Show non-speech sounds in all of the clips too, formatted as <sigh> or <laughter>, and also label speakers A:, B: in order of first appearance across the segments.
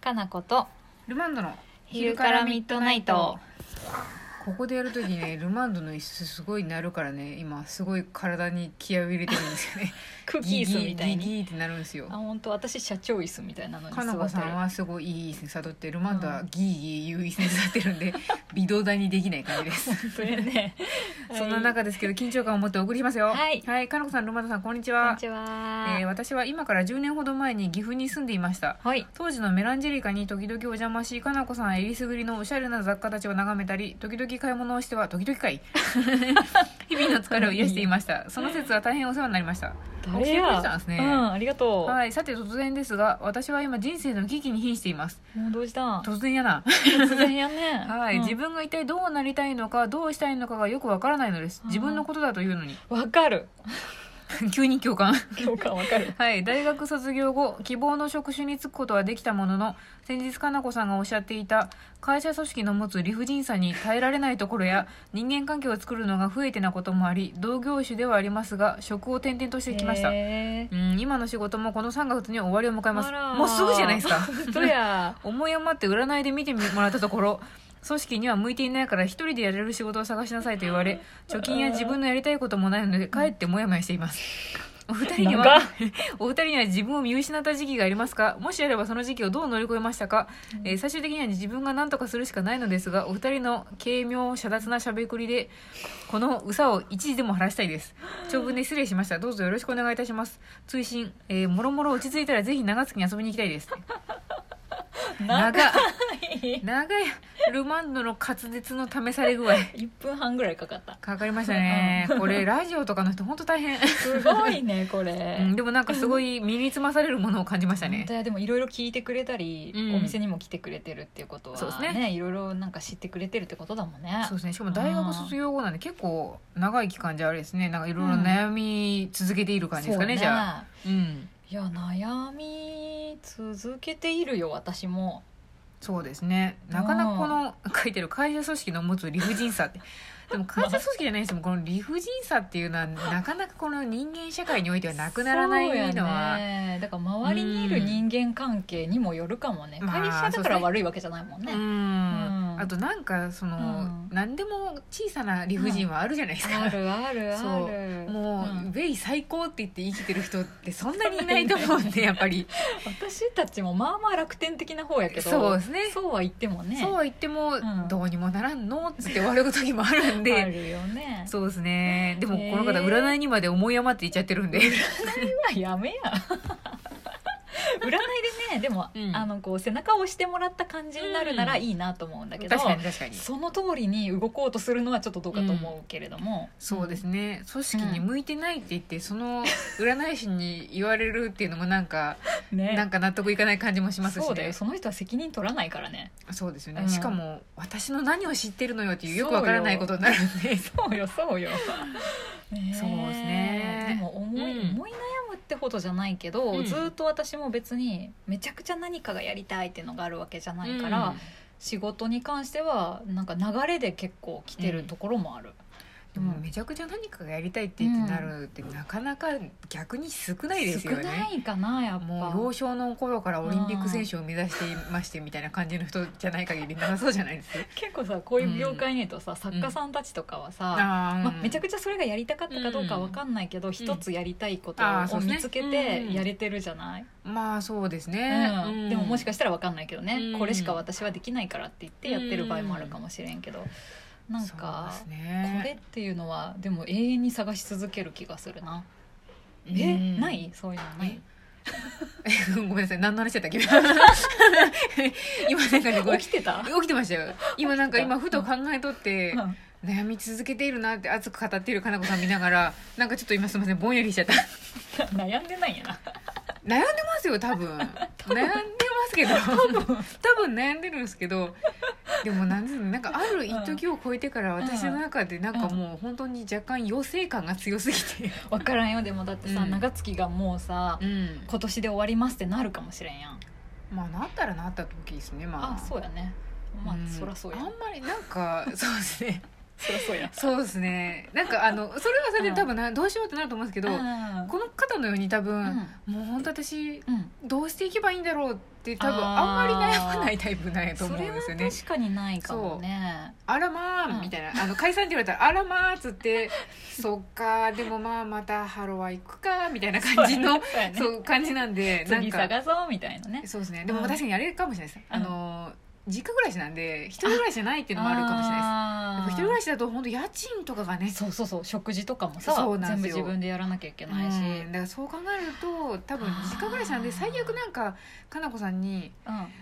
A: かなこと
B: ルマンドの
A: 昼からミッドナイト
B: ここでやるときねルマンドの椅子すごい鳴るからね今すごい体に気合を入れてるんで
A: <laughs>
B: すよね
A: クッキー椅子みたいに
B: ギギギギってなるんですよ
A: あ本当私社長椅子みたいなのに
B: か
A: 座
B: な
A: っ
B: こ
A: て
B: さ
A: る
B: んはすごいいい椅子に座ってルマンドはギーギー言う椅子に座ってる
A: <laughs>
B: んで微動だにできない感じです
A: 本当にね
B: <laughs> そんな中ですけど緊張感を持ってお送りしますよ
A: はい
B: はい、かなこさんルマンドさんこんにち
A: はいこん
B: は
A: にちは、
B: えー私は今から10年ほど前に岐阜に住んでいました
A: はい
B: 当時のメランジェリカに時々お邪魔しかなこさんえりすぐりのおしゃれな雑貨たちを眺めたり時々買い物をしては時々かい <laughs> 日々の疲れを癒していましたその説は大変お世話になりました教えてくれてたんですね
A: うんありがとう、
B: はいさて突然ですが私は今人生の危機に瀕しています
A: もうどうした
B: 突然やな
A: 突然やね
B: はい、
A: うん
B: 自分が一体どうなりたいのかどうしたいのかがよくわからないのです
A: うん
B: 自分のことだというのに <laughs>
A: わかる
B: 急に共感
A: 共感わかる
B: はい、大学卒業後希望の職種に就くことはできたものの先日かなこさんがおっしゃっていた会社組織の持つ理不尽さに耐えられないところや人間関係を作るのが不得手なこともあり同業種ではありますが職を転々としてきました、
A: へー
B: うん今の仕事もこの3月に終わりを迎えます
A: あら
B: もうすぐじゃないですか
A: 本当
B: <laughs>
A: や
B: 思い余って占いで見てもらったところ組織には向いていないから一人でやれる仕事を探しなさいと言われ貯金や自分のやりたいこともないのでかえってモヤモヤしていますお二人に
A: 長
B: は
A: っ
B: お二人には自分を見失った時期がありますかもしあればその時期をどう乗り越えましたか、えー最終的には自分が何とかするしかないのですがお二人の軽妙遮奪なしゃべくりでこのうさを一時でも晴らしたいです長文で失礼しましたどうぞよろしくお願いいたします追伸、えーもろもろ落ち着いたらぜひ長月に遊びに行きたいです <laughs> 長い長いルマンドの滑舌の試され具合
A: 1分半ぐらいかかった
B: かかりました <laughs> ねこれラジオとかの人本当大変、
A: すごいねこれ
B: うん、でもなんかすごい身につまされるものを感じました
A: 本
B: ね
A: 当やでもいろいろ聞いてくれたり、
B: うん
A: お店にも来てくれてるっていうことは
B: そうですね
A: いろいろなんか知ってくれてるってことだもんね
B: そうですねしかも大学卒業後なんで結構長い期間じゃあれですねなんかいろいろ悩み続けている感じですかね、じゃあ
A: あ
B: うん
A: いや悩み続けているよ私も
B: そうですねなかなかこの <laughs> 書いてる会社組織の持つ理不尽さってでも会社組織じゃないですもんこの理不尽さっていうのはなかなかこの人間社会においてはなくならないの
A: そ
B: は、
A: うやねだから周りにいる人間関係にもよるかもね、
B: うん
A: 会
B: まあ
A: 社だから悪いわけじゃないもんね、
B: うん
A: うん
B: あとなんかその、
A: うん
B: 何でも小さな理不尽はあるじゃないです
A: あ
B: か、
A: るあるある
B: そうも
A: ん
B: う、ウェイ最高って言って生きてる人ってそんなにいないと思うんでやっぱり
A: 私たちもまあまあ楽天的な方やけど
B: そうですね
A: そうは言ってもね
B: そうは言っても
A: ん
B: どうにもならんのっつって終わる時もあるん
A: <laughs> あ
B: で
A: るよね
B: そうですねでも
A: へー
B: この方占いにまで思い余っていっちゃってるんで
A: あやめや <laughs> 占いでねでも、
B: うん
A: あのこう背中を押してもらった感じになるなら
B: うん
A: いいなと思うんだけど、
B: 確かに確かに
A: その通りに動こうとするのはちょっとどうかと思うけれども、
B: そうですね組織に向いてないって言ってその占い師に言われるっていうのもなんか
A: ね
B: なんか納得いかない感じもしますし
A: そうだ
B: ね
A: よその人は責任取らないからね
B: そうですよね、
A: うん
B: しかも私の何を知ってるのよっていうよくわからないことになるんで
A: そうよそう <laughs> よねえ
B: そうですね
A: でも思い,、
B: うん
A: 思い悩むってほどじゃないけど、
B: うん
A: ずーっと私も別にめちゃくちゃ何かがやりたいっていうのがあるわけじゃないから、仕事に関してはなんか流れで結構来てるところもある、
B: うんでもめちゃくちゃ何かがやりたいって言ってなるって、なかなか逆に少ないですよ
A: 少な
B: ね
A: いかなやっぱ
B: もう幼少の頃からオリンピック選手を目指していましてみたいな感じの人じゃない限りなさそうじゃないですか
A: 結構さこういう業界にいるとさ、作家さんたちとかはさ、まあ、めちゃ
B: くち
A: くちゃそれがやりたかったかどうかわかんないけど一、つやりたいこと
B: あーそ
A: を
B: うですね
A: 見つけてやれてるじゃない、
B: ゃまあそうです
A: う
B: ね、
A: んでももしか
B: し
A: したらわかんないけどね、
B: うん
A: これしか私はできないからって言ってやってる場合もあるかもしれんけど、なんか、
B: そうで
A: こ
B: すね
A: れっていうのはでも永遠に探し続ける気がするな、
B: う
A: え
B: ん
A: ないそういうのない
B: <laughs> ごめんなさい何の話だったっけ今なんかねごめん
A: 起きてた、
B: 起きてましたよ今なんか今ふと考えとっ
A: <laughs>
B: て
A: うん
B: 悩み続けているなって熱く語っているかなこさん見ながらなんかちょっと今すみませんぼんやりしちゃった
A: <laughs> 悩んでないんや <laughs> な
B: 悩んでますよ
A: <laughs>
B: 多分悩んでますけど <laughs> 多分悩んでるんですけどでもなんですねなんかある一時を超えてから
A: うん
B: 私の中でなんかもう本当に若干妖精感が強すぎて
A: 分からんよでもだってさ、
B: うん
A: 長月がもうさ、
B: うん
A: 今年で終わりますってなるかもしれんやん
B: まあなったらなった時ですねまあ
A: あそうやねまあ、
B: ん
A: そらそうや
B: あんまりなんかそうですね
A: そりゃそうや
B: そうですねなんかあのそれはそれで多分などうしようってなると思うんですけど
A: う
B: この方のように多
A: ん
B: 分もう本当私
A: うん
B: どうしていけばいいんだろうって多分
A: あー
B: あんまり悩まないタイプなんや
A: そ
B: と思うん
A: れは
B: ですよね
A: 確かにないかもね
B: あらま
A: う
B: あ
A: ん
B: みたいなあの解散って言われたらあらまあっつ
A: <laughs>
B: ってそっかでもまあまたハロは行くかみたいな
A: <laughs>
B: 感じの
A: そうやね
B: そう感じなんでなん
A: 次
B: か
A: 探 <laughs> そうみたいなね
B: そうですねで
A: う
B: も
A: ん
B: 確かにあれかもしれないです、
A: うん
B: あの実家暮らしなんで一人暮らしじゃないっていうのもあるかもしれないですやっぱ一人暮らしだと本当家賃とかがね
A: そうそうそう食事とかもさ
B: そうな
A: 全
B: ん
A: 部
B: ですよ
A: 自分でやらなきゃいけないし、
B: うんだからそう考えると多分実家暮らしなんで最悪なんかかなこさんに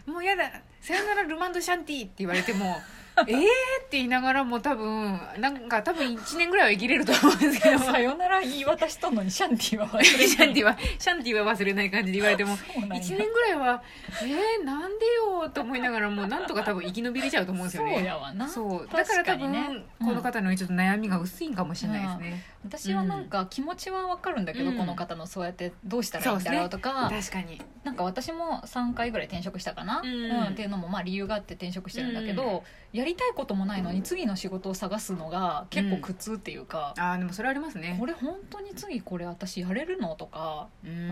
A: う
B: 「もうやださよならルマンドシャンティ」って言われ
A: <laughs>
B: ても「えー!」って言いながらも多分なんか多分1年ぐらいは生きれると思うんですけど
A: ん、 <laughs> さよなら言い渡したのにシャンティは忘れて
B: シャンティはシャンティは忘れない感じで言われても
A: そうなんや
B: 1年ぐらいは「えー、なんでよ」と思いながらもうなんとか多分生き延びれちゃうと思うんですよね。
A: そうやわな
B: そうだか
A: 確
B: ら多
A: かに
B: 分
A: ねうん
B: この方のちょっと悩みが薄いんかもしれないですね、
A: 私はなんか気持ちはわかるんだけど、
B: うん
A: この方のそうやってどうしたらいいんだろうとか
B: 確かに
A: なんか私も3回ぐらい転職したかな、
B: う
A: うんんっていうのもまあ理由があって転職してるんだけ
B: う
A: ど、やりたいこともないのに次の仕事を探すのが結構苦痛っていうか、
B: ああでもそれありますね
A: これ本当に次これ私やれるのとか、
B: う
A: うんん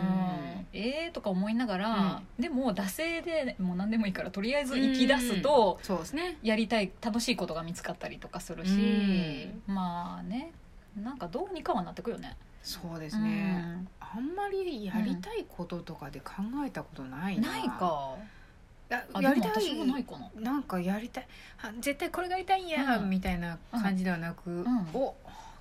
A: えーとか思いながら、でも惰性でもう何でもいいからとりあえず行き出すと、
B: そうですね
A: やりたい楽しいことが見つかったりとかするし、まあねなんかどうにかはなってくよね。
B: そうですね、あんまりやりたいこととかで考えたことな
A: う
B: い
A: ん
B: な、
A: ないか
B: や
A: あ
B: や
A: で
B: り
A: も
B: た
A: 私も
B: い
A: ないかな
B: なんかやりたいあ絶対これがやりたいんや、
A: うん
B: みたいな感じではなく、
A: ん
B: お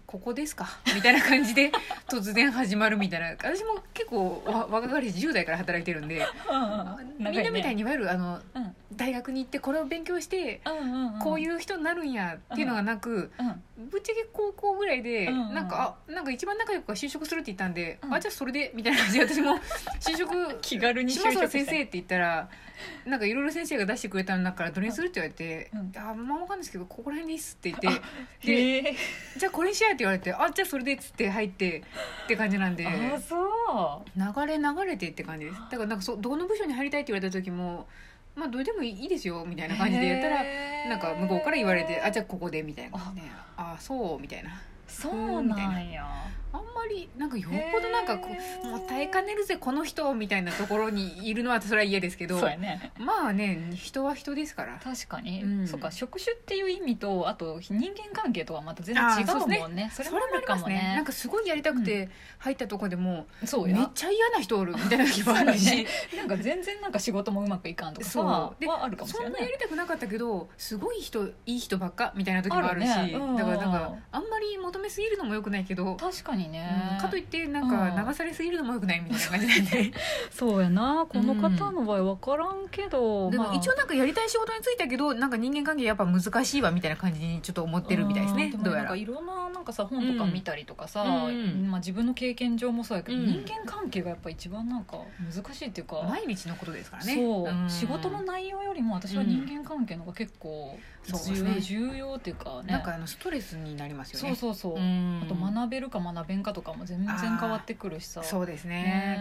B: ここですか <laughs> みたいな感じで突然始まるみたいな私も結構わ若かりし10代から働いてるんで、 <laughs>
A: うん
B: みんなみたい
A: に、
B: にいわゆるあの、
A: うん
B: 大学に行ってこれを勉強して、
A: うんうんうん、
B: こういう人になるんやっていうのがなく、
A: うん
B: ぶっちゃけ高校ぐらいで、
A: うんうん
B: なんかあなんか一番仲良くが就職するって言ったんで、
A: うん
B: あじゃあそれでみたいな感じで私も
A: <laughs>
B: 就職
A: 気軽に就
B: 島
A: 職
B: 空
A: し
B: 先
A: た
B: 生
A: い
B: って言ったらなんかいろいろ先生が出してくれた中からどれにするって言われて
A: うん
B: 「あんま分かんないですけどここら辺です」って言ってで
A: へえ
B: 「じゃあこれにしよう」って言われて「あじゃあそれで」っつって入ってって感じなんで
A: あそう
B: 流れ流れてって感じですだからなんかそうどこの部署に入りたいって言われた時も「まあどれでもいいですよ」みたいな感じでやったら
A: ら
B: なんか向こうから言われて「あじゃ
A: ゃ
B: あここで」みたいな感じで「あそう」みたいな
A: そうなんや
B: あんまりなんかよっぽどなんかこう「
A: へー
B: もう耐えかねるぜこの人」みたいなところにいるのはそれは嫌ですけど
A: そうやね
B: まあね人は人ですから
A: 確かに、
B: うん
A: そっか職種っていう意味とあと人間関係とはまた全然違うもんねそれもあるかもね
B: なんかすごいやりたくて入ったとこでも、
A: そう
B: めっ
A: や
B: ちゃ嫌な人おるみたいな時もある
A: そう
B: し
A: ねなんか全然なんか仕事もうまくいかんとかさは
B: で
A: あるかもし
B: <laughs> そ
A: れ
B: ん
A: な
B: ないやりたくなかったけどすごい人いい人ばっかみたいな時もあるし
A: あるねうん
B: だからなんかあんまり求めすぎるのもよくないけど、
A: 確かにね、
B: うんかといってなんか
A: うん
B: 流されすぎるのもよくないみたいな感じなんで
A: そうやなこの方の場合分からんけど、
B: で
A: ま
B: も
A: あ
B: 一応なんかやりたい仕事に就いたけどなんか人間関係やっぱ難しいわみたいな感じにちょっと思ってるみたいですね
A: うん
B: どう
A: も
B: や
A: なん
B: ら
A: か。いろんななんかさ本とか見たりとかさ、
B: うん
A: まあ、自分の経験上もそうやけど、
B: うん
A: 人間関係がやっぱ一番なんか難しいっていうか、
B: 毎日のことですからね
A: そう、
B: ん
A: 仕事の内容よりも私は人間関係の方が結構
B: うんそう
A: 重,、
B: ですね
A: 重要っていうかね
B: なんかあのストレスになりますよ
A: そう
B: ね
A: そうそう、
B: うん
A: あと学べるか学べんかとかも全然変わってくるしさ
B: そうですね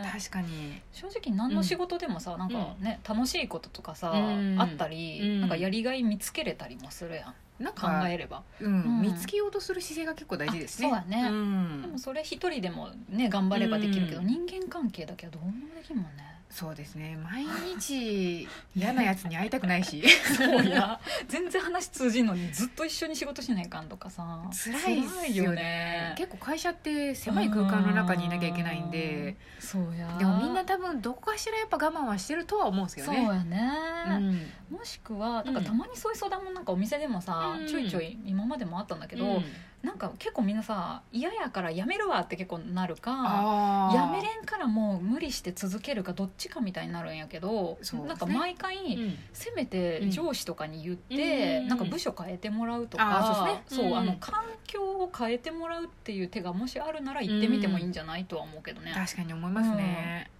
A: ね
B: 確かに
A: 正直何の仕事でもさ、なんかね楽しいこととかさ、
B: うん
A: あったり、
B: うん
A: なんかやりがい見つけれたりもするやん
B: なん
A: 考
B: か
A: えれば、
B: うん
A: うん
B: 見つけようとする姿勢が結構大事ですね
A: あそうだね
B: ん
A: でもそれ一人でもね頑張ればできるけど、
B: うん
A: 人間関係だけはどうにもできんもんね
B: そうですね毎日嫌なやつに会いたくないし
A: そうや全然話通じんのにずっと一緒に仕事しないかんとかさ
B: 辛いっすよね
A: 辛いよ <laughs> ね
B: 結構会社って狭い空間の中にいなきゃいけないんで
A: そうや
B: でもみんな多分どこかしらやっぱ我慢はしてるとは思うんですよ
A: そう
B: ね
A: やね、
B: うん
A: もしくは
B: ん
A: なんかたまにそういう相談もなんかお店でもさ、
B: うん
A: ちょいちょい今までもあったんだけど、
B: うん
A: なんか結構みんなさ嫌やからやめるわって結構なるか
B: あー
A: やめれんからもう無理して続けるかどっちかみたいになるんやけど、
B: そうですね
A: なんか毎回、
B: うん
A: せめて上司とかに言って、
B: うん
A: なんか部署変えてもらうと
B: あ
A: か
B: ーそうですねうん
A: あの環境を変えてもらうっていう手がもしあるなら行ってみてもいいんじゃないとは思うけどね。
B: 確かに思いますね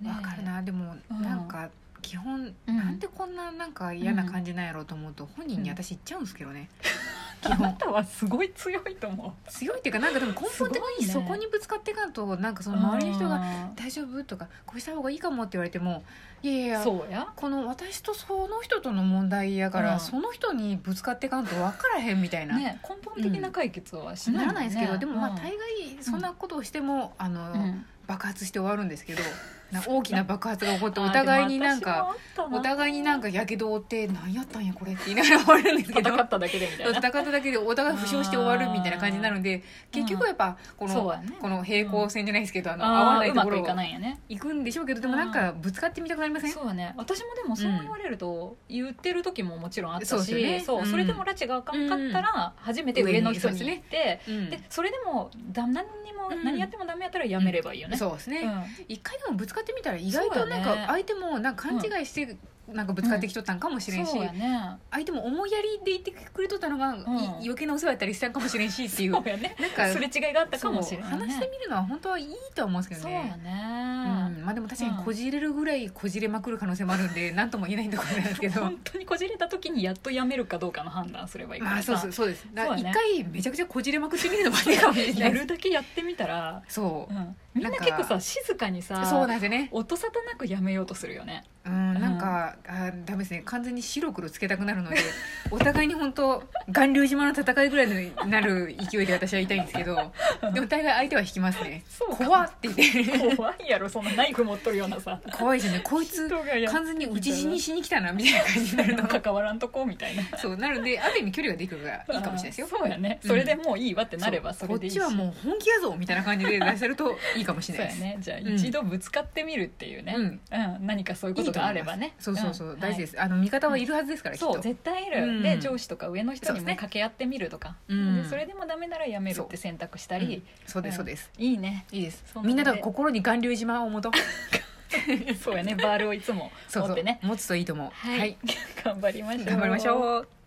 A: ね
B: わかるなでも
A: うん
B: なんか基本
A: うん
B: なんでこんななんか嫌な感じなんやろうと思うと本人に私言っちゃうんですけどね基
A: あな
B: 本
A: <laughs> たはすごい強いと思
B: 強いっていうかなんかでも根本的に
A: す
B: そ
A: ごいね
B: こにぶつかっていかんとなんか
A: う
B: その周りの人が
A: が
B: 「大丈夫?」とか「こうした方がいいかも」って言われても「いやいや
A: そうや
B: この私とその人との問題やから、
A: うん
B: その人にぶつかっていかんと分からへん」みたいな。
A: ね根本的な解決はしない
B: な
A: も
B: ら
A: んね
B: ないですけど、でもまあ
A: うん
B: 大概そんなことをしても、あの、
A: うん
B: 爆発して終わるんで
A: <laughs>
B: すけどな大きな爆発が起こってお互いになんか
A: あーでも私もあったな
B: お互いになんかやけど負って何やったんやこれって言いながら終わるんですけど
A: 戦っただけでみたい
B: 戦
A: な
B: っただけでお互い負傷して終わるみたいな感じになるんで
A: うん
B: 結局やっぱこ
A: そう
B: の,、
A: やね
B: この平行線じゃないですけど、あの合
A: あー
B: わないうと
A: ま
B: こ
A: く
B: ろ
A: いか
B: が
A: ないよね
B: 行くんでしょうけどでもなんかぶつかってみたくなりません
A: そうやね私もでもそう言われると言ってる時ももちろんあった
B: そうです
A: し、
B: よね
A: そう
B: うん
A: それでも拉致があかんかったら初めて上の人に行って、
B: うん
A: でそれでもだ何にも、
B: うん
A: 何やってもダメやったらやめればいいよね、
B: そうですね、
A: うん
B: 一回でもぶつかってみたら意外となん
A: そうやね
B: か相手もなんか勘違いしてなんかぶつかってきとったんかもしれんし、
A: そうやね
B: 相手も思いやりで言ってくれとったのが、い
A: ん
B: 余計なお世話やったりしたんかもしれんしっていう
A: そうやね
B: なんか
A: すれ違いがあったかもしれない、
B: そう
A: ね、
B: 話してみるのは本当はいいとは思うんですけど
A: そう
B: ね
A: や
B: うん
A: ね、
B: まあでも確かにこじれるぐらいこじれまくる可能性もあるんで何とも言えないところなんです <laughs> けど
A: 本当にこじれた時にやっとやめるかどうかの判断すればいいか
B: まあ
A: らさ、
B: そうそうそうですだから
A: そう
B: 一
A: だね
B: 回めちゃくちゃこじれまくってみるのもいいかもしれな
A: や
B: いです <laughs>
A: るだけやってみたら、、
B: そううん
A: みんな
B: なんか
A: 結構さ静かにさ
B: そうなんですよね
A: 音沙汰なくやめようとするよね
B: うんなんかあーダメですね完全に白黒つけたくなるので <laughs> お互いに本当巌流島の戦いぐらいになる勢いで私は言いたいんですけ <laughs> どでも大概相手は引きますね
A: そうか
B: 怖っって言っ
A: <laughs>
B: て <laughs>
A: 怖いやろそんなナイフ持っとるようなさ
B: 怖いじゃないこいつ
A: 人がや
B: 完全に討ち死にしに来たなみたいな感じになるの
A: 関わらんとこみたいな
B: そうなるんである意味距離ができるからいいかもしれないですよ
A: そうやね、
B: うん
A: それでもういいわってなればそれでいいし
B: こっちはもう本気やぞみたいな感じで出せるといいかもし
A: そう
B: れ
A: や
B: ないです
A: ねじゃあ
B: うん
A: 一度ぶつかってみるっていうね、
B: う
A: うん
B: ん
A: 何かそういうこ
B: いい
A: と
B: と
A: が
B: 思
A: あ
B: い
A: れ
B: ま
A: ば
B: す
A: ね
B: そうそうそう、
A: ん
B: 大事ですすあの味方はいるはずですから、きっ
A: そう
B: と
A: 絶対いうる、
B: ん
A: で上司とか上の人に
B: そうで
A: も
B: すね
A: 掛け合ってみるとかそ,、
B: うん
A: でそれでもダメならやめるって選択したり、
B: そうですそうです、
A: いいね
B: いいです
A: そんな
B: みんなだ
A: で
B: から心に巌流島を持とう
A: そうやねバールをいつも
B: そう
A: 持
B: そ
A: っ
B: う
A: てね
B: 持つといいと思う
A: <laughs> はい、頑張りましょう
B: 頑張りましょう